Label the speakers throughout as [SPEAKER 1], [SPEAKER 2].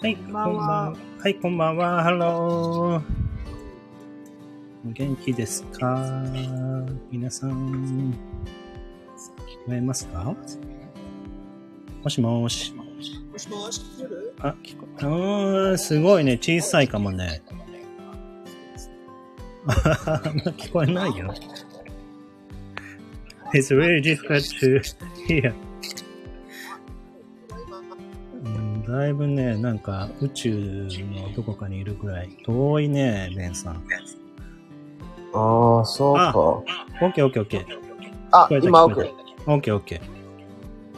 [SPEAKER 1] はい、
[SPEAKER 2] こんばんは。
[SPEAKER 1] はい、こんばんは。ハロー。お元気ですか皆さん。聞こえますかもしもーし。
[SPEAKER 2] もしもし。
[SPEAKER 1] あ、聞こえ、うーん、すごいね。小さいかもね。聞こえないよ。It's really difficult to hear. うんだいぶね、なんか宇宙のどこかにいるぐらい遠いね、ベンさん。
[SPEAKER 3] ああ、そうか。
[SPEAKER 1] オッケーオッケーオッケー。
[SPEAKER 3] あ、
[SPEAKER 1] 聞こえた
[SPEAKER 3] 今
[SPEAKER 1] 聞こえ
[SPEAKER 3] OK。
[SPEAKER 1] オッケーオッケ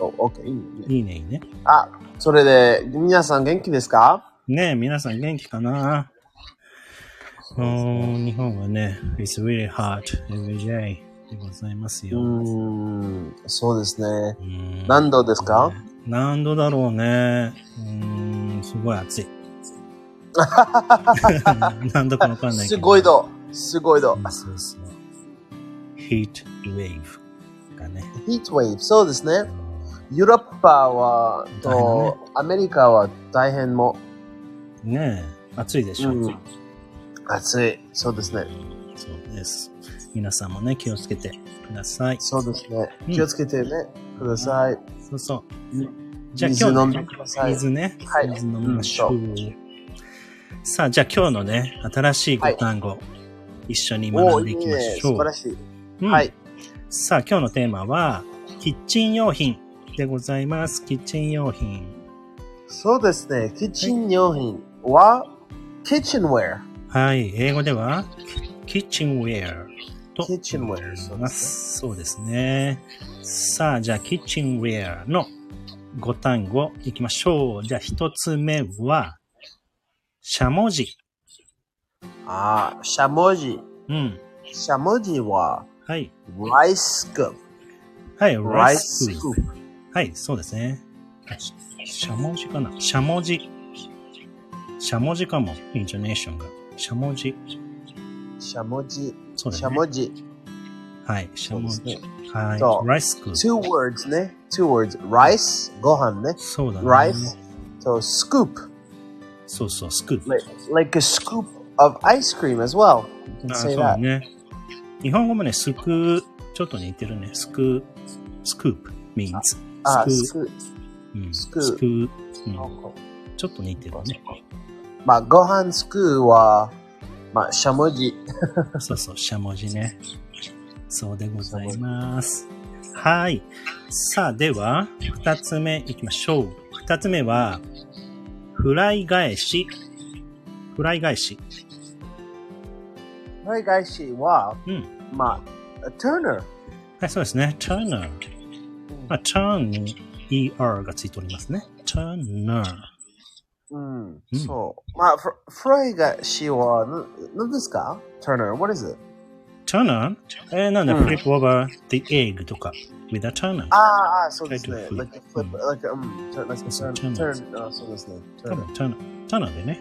[SPEAKER 3] お OK、いいね。
[SPEAKER 1] ー。いいね、いいね。
[SPEAKER 3] あ、それで、皆さん元気ですか
[SPEAKER 1] ねえ、皆さん元気かなうーん日本はね、It's really hot every day でございます
[SPEAKER 3] う
[SPEAKER 1] よ。
[SPEAKER 3] ーん、そうですね。
[SPEAKER 1] うん
[SPEAKER 3] 何度ですか
[SPEAKER 1] 何度だろうね。うーん、すごい暑い。 何度かわかんないけど。
[SPEAKER 3] すごい。度。すごい度。
[SPEAKER 1] そうそう。Heat Wave がね。
[SPEAKER 3] ヒートウェイブ、そうです
[SPEAKER 1] あ
[SPEAKER 3] ね。
[SPEAKER 1] の
[SPEAKER 3] ヨーロッパは、
[SPEAKER 1] 大変ね
[SPEAKER 3] と、アメリカは大変も、
[SPEAKER 1] ねえ、暑いでしょ。
[SPEAKER 3] うん暑い。そうですね。
[SPEAKER 1] そうです。皆さんもね、気をつけてください。
[SPEAKER 3] そうですね
[SPEAKER 1] う。ん
[SPEAKER 3] 気をつけてね、ください。
[SPEAKER 1] そうそう。じゃあ
[SPEAKER 3] 水
[SPEAKER 1] 今日の
[SPEAKER 3] 飲んでください。
[SPEAKER 1] 水ね。
[SPEAKER 3] はい
[SPEAKER 1] 水飲みましょう。さあ、じゃあ今日のね、新しい語単語、一緒に
[SPEAKER 3] お
[SPEAKER 1] 学
[SPEAKER 3] お
[SPEAKER 1] ん
[SPEAKER 3] ー、
[SPEAKER 1] で
[SPEAKER 3] い
[SPEAKER 1] い
[SPEAKER 3] い
[SPEAKER 1] きま
[SPEAKER 3] ね。
[SPEAKER 1] しょ
[SPEAKER 3] 素
[SPEAKER 1] う。
[SPEAKER 3] 晴らしい。
[SPEAKER 1] うん
[SPEAKER 3] はい。
[SPEAKER 1] さあ、今日のテーマは、キッチン用品でございます。キッチン用品。
[SPEAKER 3] そうですね。キッチン用品は、キッチンウェア。
[SPEAKER 1] はい、英語では、キッチンウェアと
[SPEAKER 3] キッチンウェア
[SPEAKER 1] 言います。そうですね。さあ、じゃあ、キッチンウェアの語単語いきましょう。じゃあ、一つ目は、しゃもじ。
[SPEAKER 3] ああ、しゃもじ。
[SPEAKER 1] うん。
[SPEAKER 3] しゃもじは、
[SPEAKER 1] はい。
[SPEAKER 3] ライスクー
[SPEAKER 1] はい、
[SPEAKER 3] プ。
[SPEAKER 1] ラ
[SPEAKER 3] ラ
[SPEAKER 1] イ
[SPEAKER 3] イ
[SPEAKER 1] ス
[SPEAKER 3] ス
[SPEAKER 1] ク
[SPEAKER 3] ク
[SPEAKER 1] ー
[SPEAKER 3] ー
[SPEAKER 1] プ。
[SPEAKER 3] プ。
[SPEAKER 1] はい、そうですね。ししゃもじかなしゃもじ。しゃもじかも、イントネーションが。しゃもじ。
[SPEAKER 3] しゃもじ。
[SPEAKER 1] そうだ
[SPEAKER 3] し
[SPEAKER 1] ね
[SPEAKER 3] ゃ。もじ。
[SPEAKER 1] はい、しゃ
[SPEAKER 3] そう
[SPEAKER 1] も
[SPEAKER 3] です
[SPEAKER 1] じ。
[SPEAKER 3] ね。
[SPEAKER 1] は
[SPEAKER 3] そ
[SPEAKER 1] い、
[SPEAKER 3] う
[SPEAKER 1] ライスクープ。
[SPEAKER 3] two words ね。two words。rice、ご飯ね。
[SPEAKER 1] そうだね。
[SPEAKER 3] rice。そう、scoop。
[SPEAKER 1] そうそう、スクープ。
[SPEAKER 3] Like, like a scoop of ice cream as well.
[SPEAKER 1] あ
[SPEAKER 3] You can
[SPEAKER 1] そう
[SPEAKER 3] say
[SPEAKER 1] だ
[SPEAKER 3] that.
[SPEAKER 1] ね。日本語もね、すくう、ちょっと似てるね。すくう、スクープ means。
[SPEAKER 3] あ、
[SPEAKER 1] すく
[SPEAKER 3] Ah, scoop。
[SPEAKER 1] う、うん、
[SPEAKER 3] すくう
[SPEAKER 1] すくう、うん。ちょっと似てるね。
[SPEAKER 3] まあ、ご飯スクープは、まあ、しゃもじ。
[SPEAKER 1] そうそう、しゃもじね。そうでございます。はい。さあ、では、二つ目いきましょう。二つ目は、フライ返し。フライ返し。
[SPEAKER 3] フライ返しは、
[SPEAKER 1] うん。
[SPEAKER 3] まあ、a turner。
[SPEAKER 1] はい、そうですね。turner。まあ、turn に er がついておりますね。turner。
[SPEAKER 3] うん、
[SPEAKER 1] うん
[SPEAKER 3] そう。まあ、フフライがしは、ななんですか ?Turner, what is it?
[SPEAKER 1] turner? えーなんだ、
[SPEAKER 3] うん
[SPEAKER 1] flip over the egg とか。with a turner.
[SPEAKER 3] ああ、ああそうです
[SPEAKER 1] Try
[SPEAKER 3] ね
[SPEAKER 1] to。flip.
[SPEAKER 3] like a flip, like a, うん、turn, like a
[SPEAKER 1] そう
[SPEAKER 3] turn,
[SPEAKER 1] そう
[SPEAKER 3] turn, あそうですね。
[SPEAKER 1] 多
[SPEAKER 3] turn.
[SPEAKER 1] 分 turner。turner でね。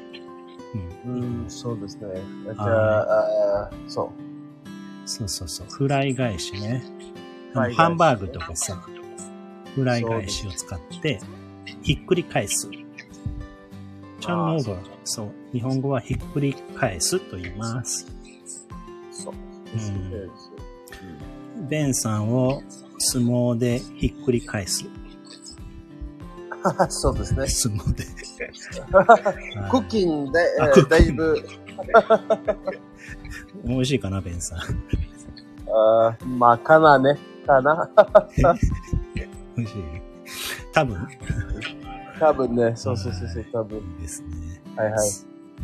[SPEAKER 1] う。
[SPEAKER 3] うんん、そうですね。like
[SPEAKER 1] は
[SPEAKER 3] a, uh, そう。
[SPEAKER 1] そうそうそう。フライ返しね。あの
[SPEAKER 3] フライ返しね
[SPEAKER 1] ハンバーグとかさ、フライ返しを使って、ひっくり返す。チャンオーバー。そう。日本語はひっくり返すと言います。
[SPEAKER 3] そう。
[SPEAKER 1] んベンさんを相撲でひっくり返す。
[SPEAKER 3] うん、 そうですね。
[SPEAKER 1] 相撲 で。
[SPEAKER 3] クッキンで、え
[SPEAKER 1] あ
[SPEAKER 3] ー
[SPEAKER 1] クッキン
[SPEAKER 3] だいぶ、
[SPEAKER 1] 美味しいかな、ベンさん。
[SPEAKER 3] あーまあ、かなね。かな。
[SPEAKER 1] 美味しい多分。
[SPEAKER 3] 多分ね。そうそうそうそう、多分。
[SPEAKER 1] いいですね。
[SPEAKER 3] はいはい。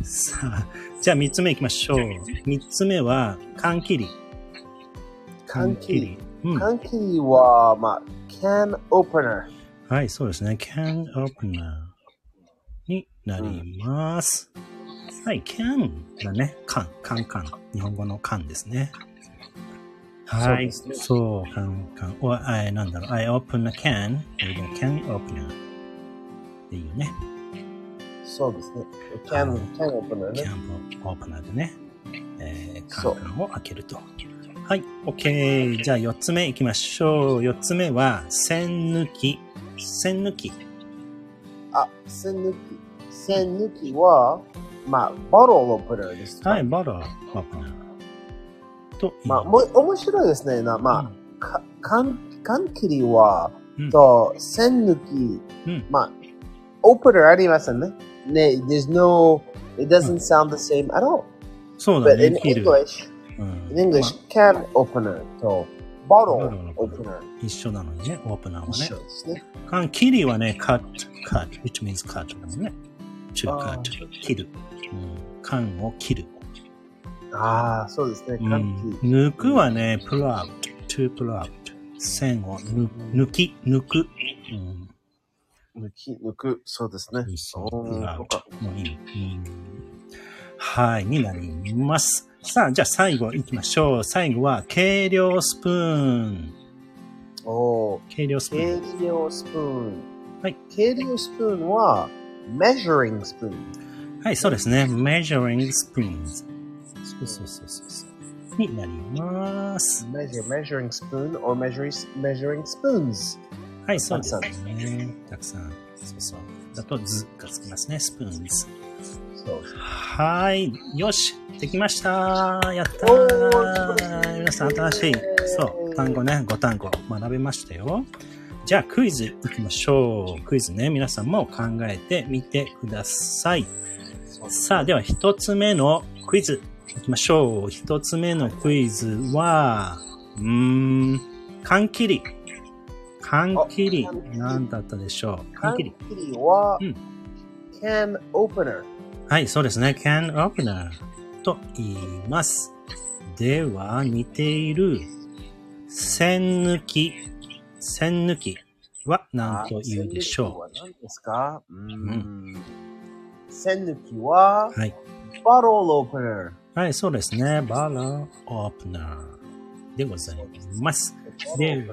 [SPEAKER 1] さあ、じゃあ三つ目行きましょう。三つ目は、缶切り。
[SPEAKER 3] 缶切り。。
[SPEAKER 1] うん。
[SPEAKER 3] 缶切りは、まあ、can opener。
[SPEAKER 1] はい、そうですね。can opener になります。はい、can だね。缶、缶、缶。日本語の缶ですね。はい、
[SPEAKER 3] そうですね
[SPEAKER 1] そう、缶、缶。お、あなんだろう。I open a can with a can opener. っていうね。
[SPEAKER 3] そうですね。can, can opener ね。
[SPEAKER 1] can opener でね。えー、
[SPEAKER 3] そ
[SPEAKER 1] 缶
[SPEAKER 3] う
[SPEAKER 1] 缶を開けると。はい、OK。じゃあ4つ目行きましょう。4つ目は、栓抜き。栓抜き。
[SPEAKER 3] あ、栓抜き。栓抜きは、まあ、ボトルをプレイです。
[SPEAKER 1] はい、バラ、オープナー。と、
[SPEAKER 3] まあ、も面白いですね。なま
[SPEAKER 1] あ、
[SPEAKER 3] あ、か缶缶切りは、
[SPEAKER 1] うん
[SPEAKER 3] と、栓抜き、
[SPEAKER 1] うん
[SPEAKER 3] まあ、オペラありませんね。ね、there's no, it doesn't sound the same at all.
[SPEAKER 1] そうだ
[SPEAKER 3] But in
[SPEAKER 1] ね、切る。
[SPEAKER 3] English,
[SPEAKER 1] うん
[SPEAKER 3] in English, can opener と、bottle
[SPEAKER 1] Bottle
[SPEAKER 3] opener
[SPEAKER 1] オ一緒なのにね、オープナー
[SPEAKER 3] 一緒
[SPEAKER 1] はね。
[SPEAKER 3] ですね。
[SPEAKER 1] 缶切りはね、cut, cut, which means cut だもんね。to
[SPEAKER 3] あー
[SPEAKER 1] cut, 切る。うん缶を切る。
[SPEAKER 3] ああ、そうですね。
[SPEAKER 1] うん
[SPEAKER 3] 缶切り。
[SPEAKER 1] 抜くはね、プラウト、トゥプラウト。線を抜抜き、抜く。うん、
[SPEAKER 3] 抜き、抜く、そうですね。
[SPEAKER 1] そう、プラ
[SPEAKER 3] な
[SPEAKER 1] ウトの意味。うんはい、になります。さあ、じゃあ最後行きましょう。最後は、計量スプーン。
[SPEAKER 3] おー、
[SPEAKER 1] 計量スプー
[SPEAKER 3] 計
[SPEAKER 1] ン。
[SPEAKER 3] 量スプーン。
[SPEAKER 1] はい。
[SPEAKER 3] 計量スプーンは、measuring spoon。
[SPEAKER 1] はい、そうですね。measuring spoons。そうそうそうそうそう。になります。
[SPEAKER 3] measure, measuring spoon or measuring, measuring spoons。
[SPEAKER 1] はい、そうですね。たくさん。そうそう。だと、ずがつきますね。スプーンです。
[SPEAKER 3] そう。
[SPEAKER 1] はい。よし。できました。やった
[SPEAKER 3] おー素晴らし
[SPEAKER 1] ー。皆さん、新し
[SPEAKER 3] い
[SPEAKER 1] い。そう。単語ね、5単語学べましたよ。じゃあ、クイズいきましょう。クイズね、皆さんも考えてみてください。
[SPEAKER 3] そう
[SPEAKER 1] さあ、では、一つ目のクイズいきましょう。一つ目のクイズは、うーん、缶切り。缶切り
[SPEAKER 3] あ缶切。り
[SPEAKER 1] 何だったでしょう。缶
[SPEAKER 3] 缶
[SPEAKER 1] 切
[SPEAKER 3] 切
[SPEAKER 1] り。
[SPEAKER 3] りは、
[SPEAKER 1] うん
[SPEAKER 3] can opener。
[SPEAKER 1] はい、そうですね。can opener と言います。では、似ている、線抜き。線抜きは何と言うでしょ
[SPEAKER 3] う。線抜きは何ですかう
[SPEAKER 1] ん
[SPEAKER 3] ーん。線抜きは
[SPEAKER 1] う。、はい。
[SPEAKER 3] bottle opener。
[SPEAKER 1] はい、そうですね。バラオープナーでございます。で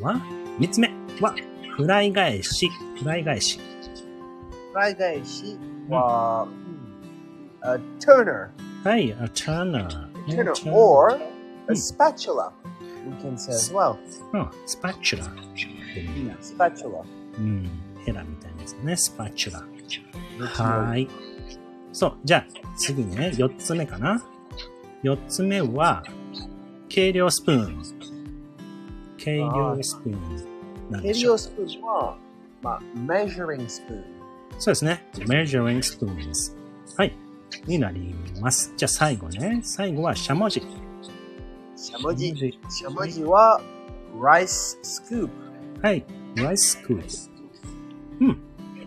[SPEAKER 1] は、三つ目は、フライ返し。フライ返し。
[SPEAKER 3] 海外しは、a turner。
[SPEAKER 1] はい、a turner。ね
[SPEAKER 3] turner
[SPEAKER 1] turner
[SPEAKER 3] or a
[SPEAKER 1] うん
[SPEAKER 3] spatula. We can say as well.
[SPEAKER 1] うん、スパチュラ。
[SPEAKER 3] spatula.
[SPEAKER 1] うん、ヘラみたいですね。スパチュラ。はい。そう、じゃあ次ね、四つ目かな。四つ目は、計量スプーン。計量スプーン。なん
[SPEAKER 3] 計
[SPEAKER 1] でしょ
[SPEAKER 3] 量
[SPEAKER 1] う。
[SPEAKER 3] スプーンは、まあ、measuring spoon。
[SPEAKER 1] そうですね。measuring spoons。はい。になります。じゃあ最後ね。最後はしゃもじ。
[SPEAKER 3] しゃもじ。しゃもじは、rice scoop。
[SPEAKER 1] はい。rice scoop。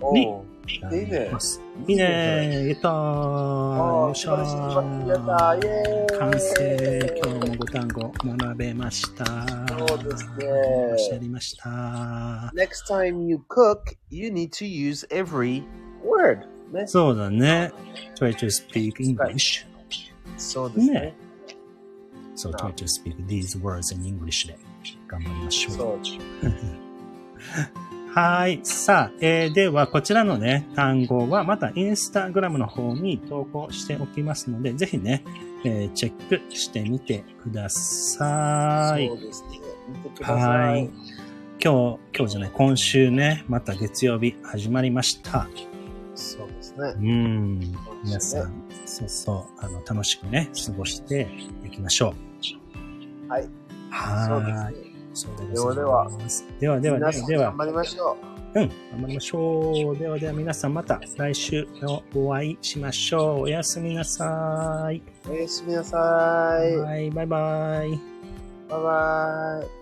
[SPEAKER 3] おーいいね
[SPEAKER 1] になりますいいねやったー
[SPEAKER 3] お
[SPEAKER 1] よ
[SPEAKER 3] ー
[SPEAKER 1] っし
[SPEAKER 3] 素
[SPEAKER 1] ゃ
[SPEAKER 3] 晴らしい
[SPEAKER 1] ー
[SPEAKER 3] やったイエーイ
[SPEAKER 1] 完成今日もご単語学べました
[SPEAKER 3] そうですね
[SPEAKER 1] よっしゃやりました
[SPEAKER 3] Next time you cook, you need to use every word. ね。
[SPEAKER 1] そうだね Try to speak English
[SPEAKER 3] そうですね
[SPEAKER 1] ね。So try to speak these words in English で頑張りましょう
[SPEAKER 3] そう。
[SPEAKER 1] はい。さあ、えーでは、こちらのね、単語は、また、インスタグラムの方に投稿しておきますので、ぜひね、えーチェックしてみてください。
[SPEAKER 3] そうですね。見てくだ
[SPEAKER 1] は
[SPEAKER 3] さ
[SPEAKER 1] い
[SPEAKER 3] い。。
[SPEAKER 1] 今日、今日じゃない、今週ね、また月曜日始まりました。
[SPEAKER 3] そうですね
[SPEAKER 1] う。ん。皆さん、そうそう、あの、楽しくね、過ごしていきましょう。
[SPEAKER 3] はい。
[SPEAKER 1] はーい。
[SPEAKER 3] そうですね。
[SPEAKER 1] そうでございます。ではでは、で
[SPEAKER 3] 皆
[SPEAKER 1] は
[SPEAKER 3] さん
[SPEAKER 1] では
[SPEAKER 3] 頑。張りましょう。
[SPEAKER 1] うん、頑張りましょう。ではでは皆さんまた来週お会いしましょう。おやすみなさい。
[SPEAKER 3] おやすみなさい。
[SPEAKER 1] はい、バイバイ。
[SPEAKER 3] バイバイ。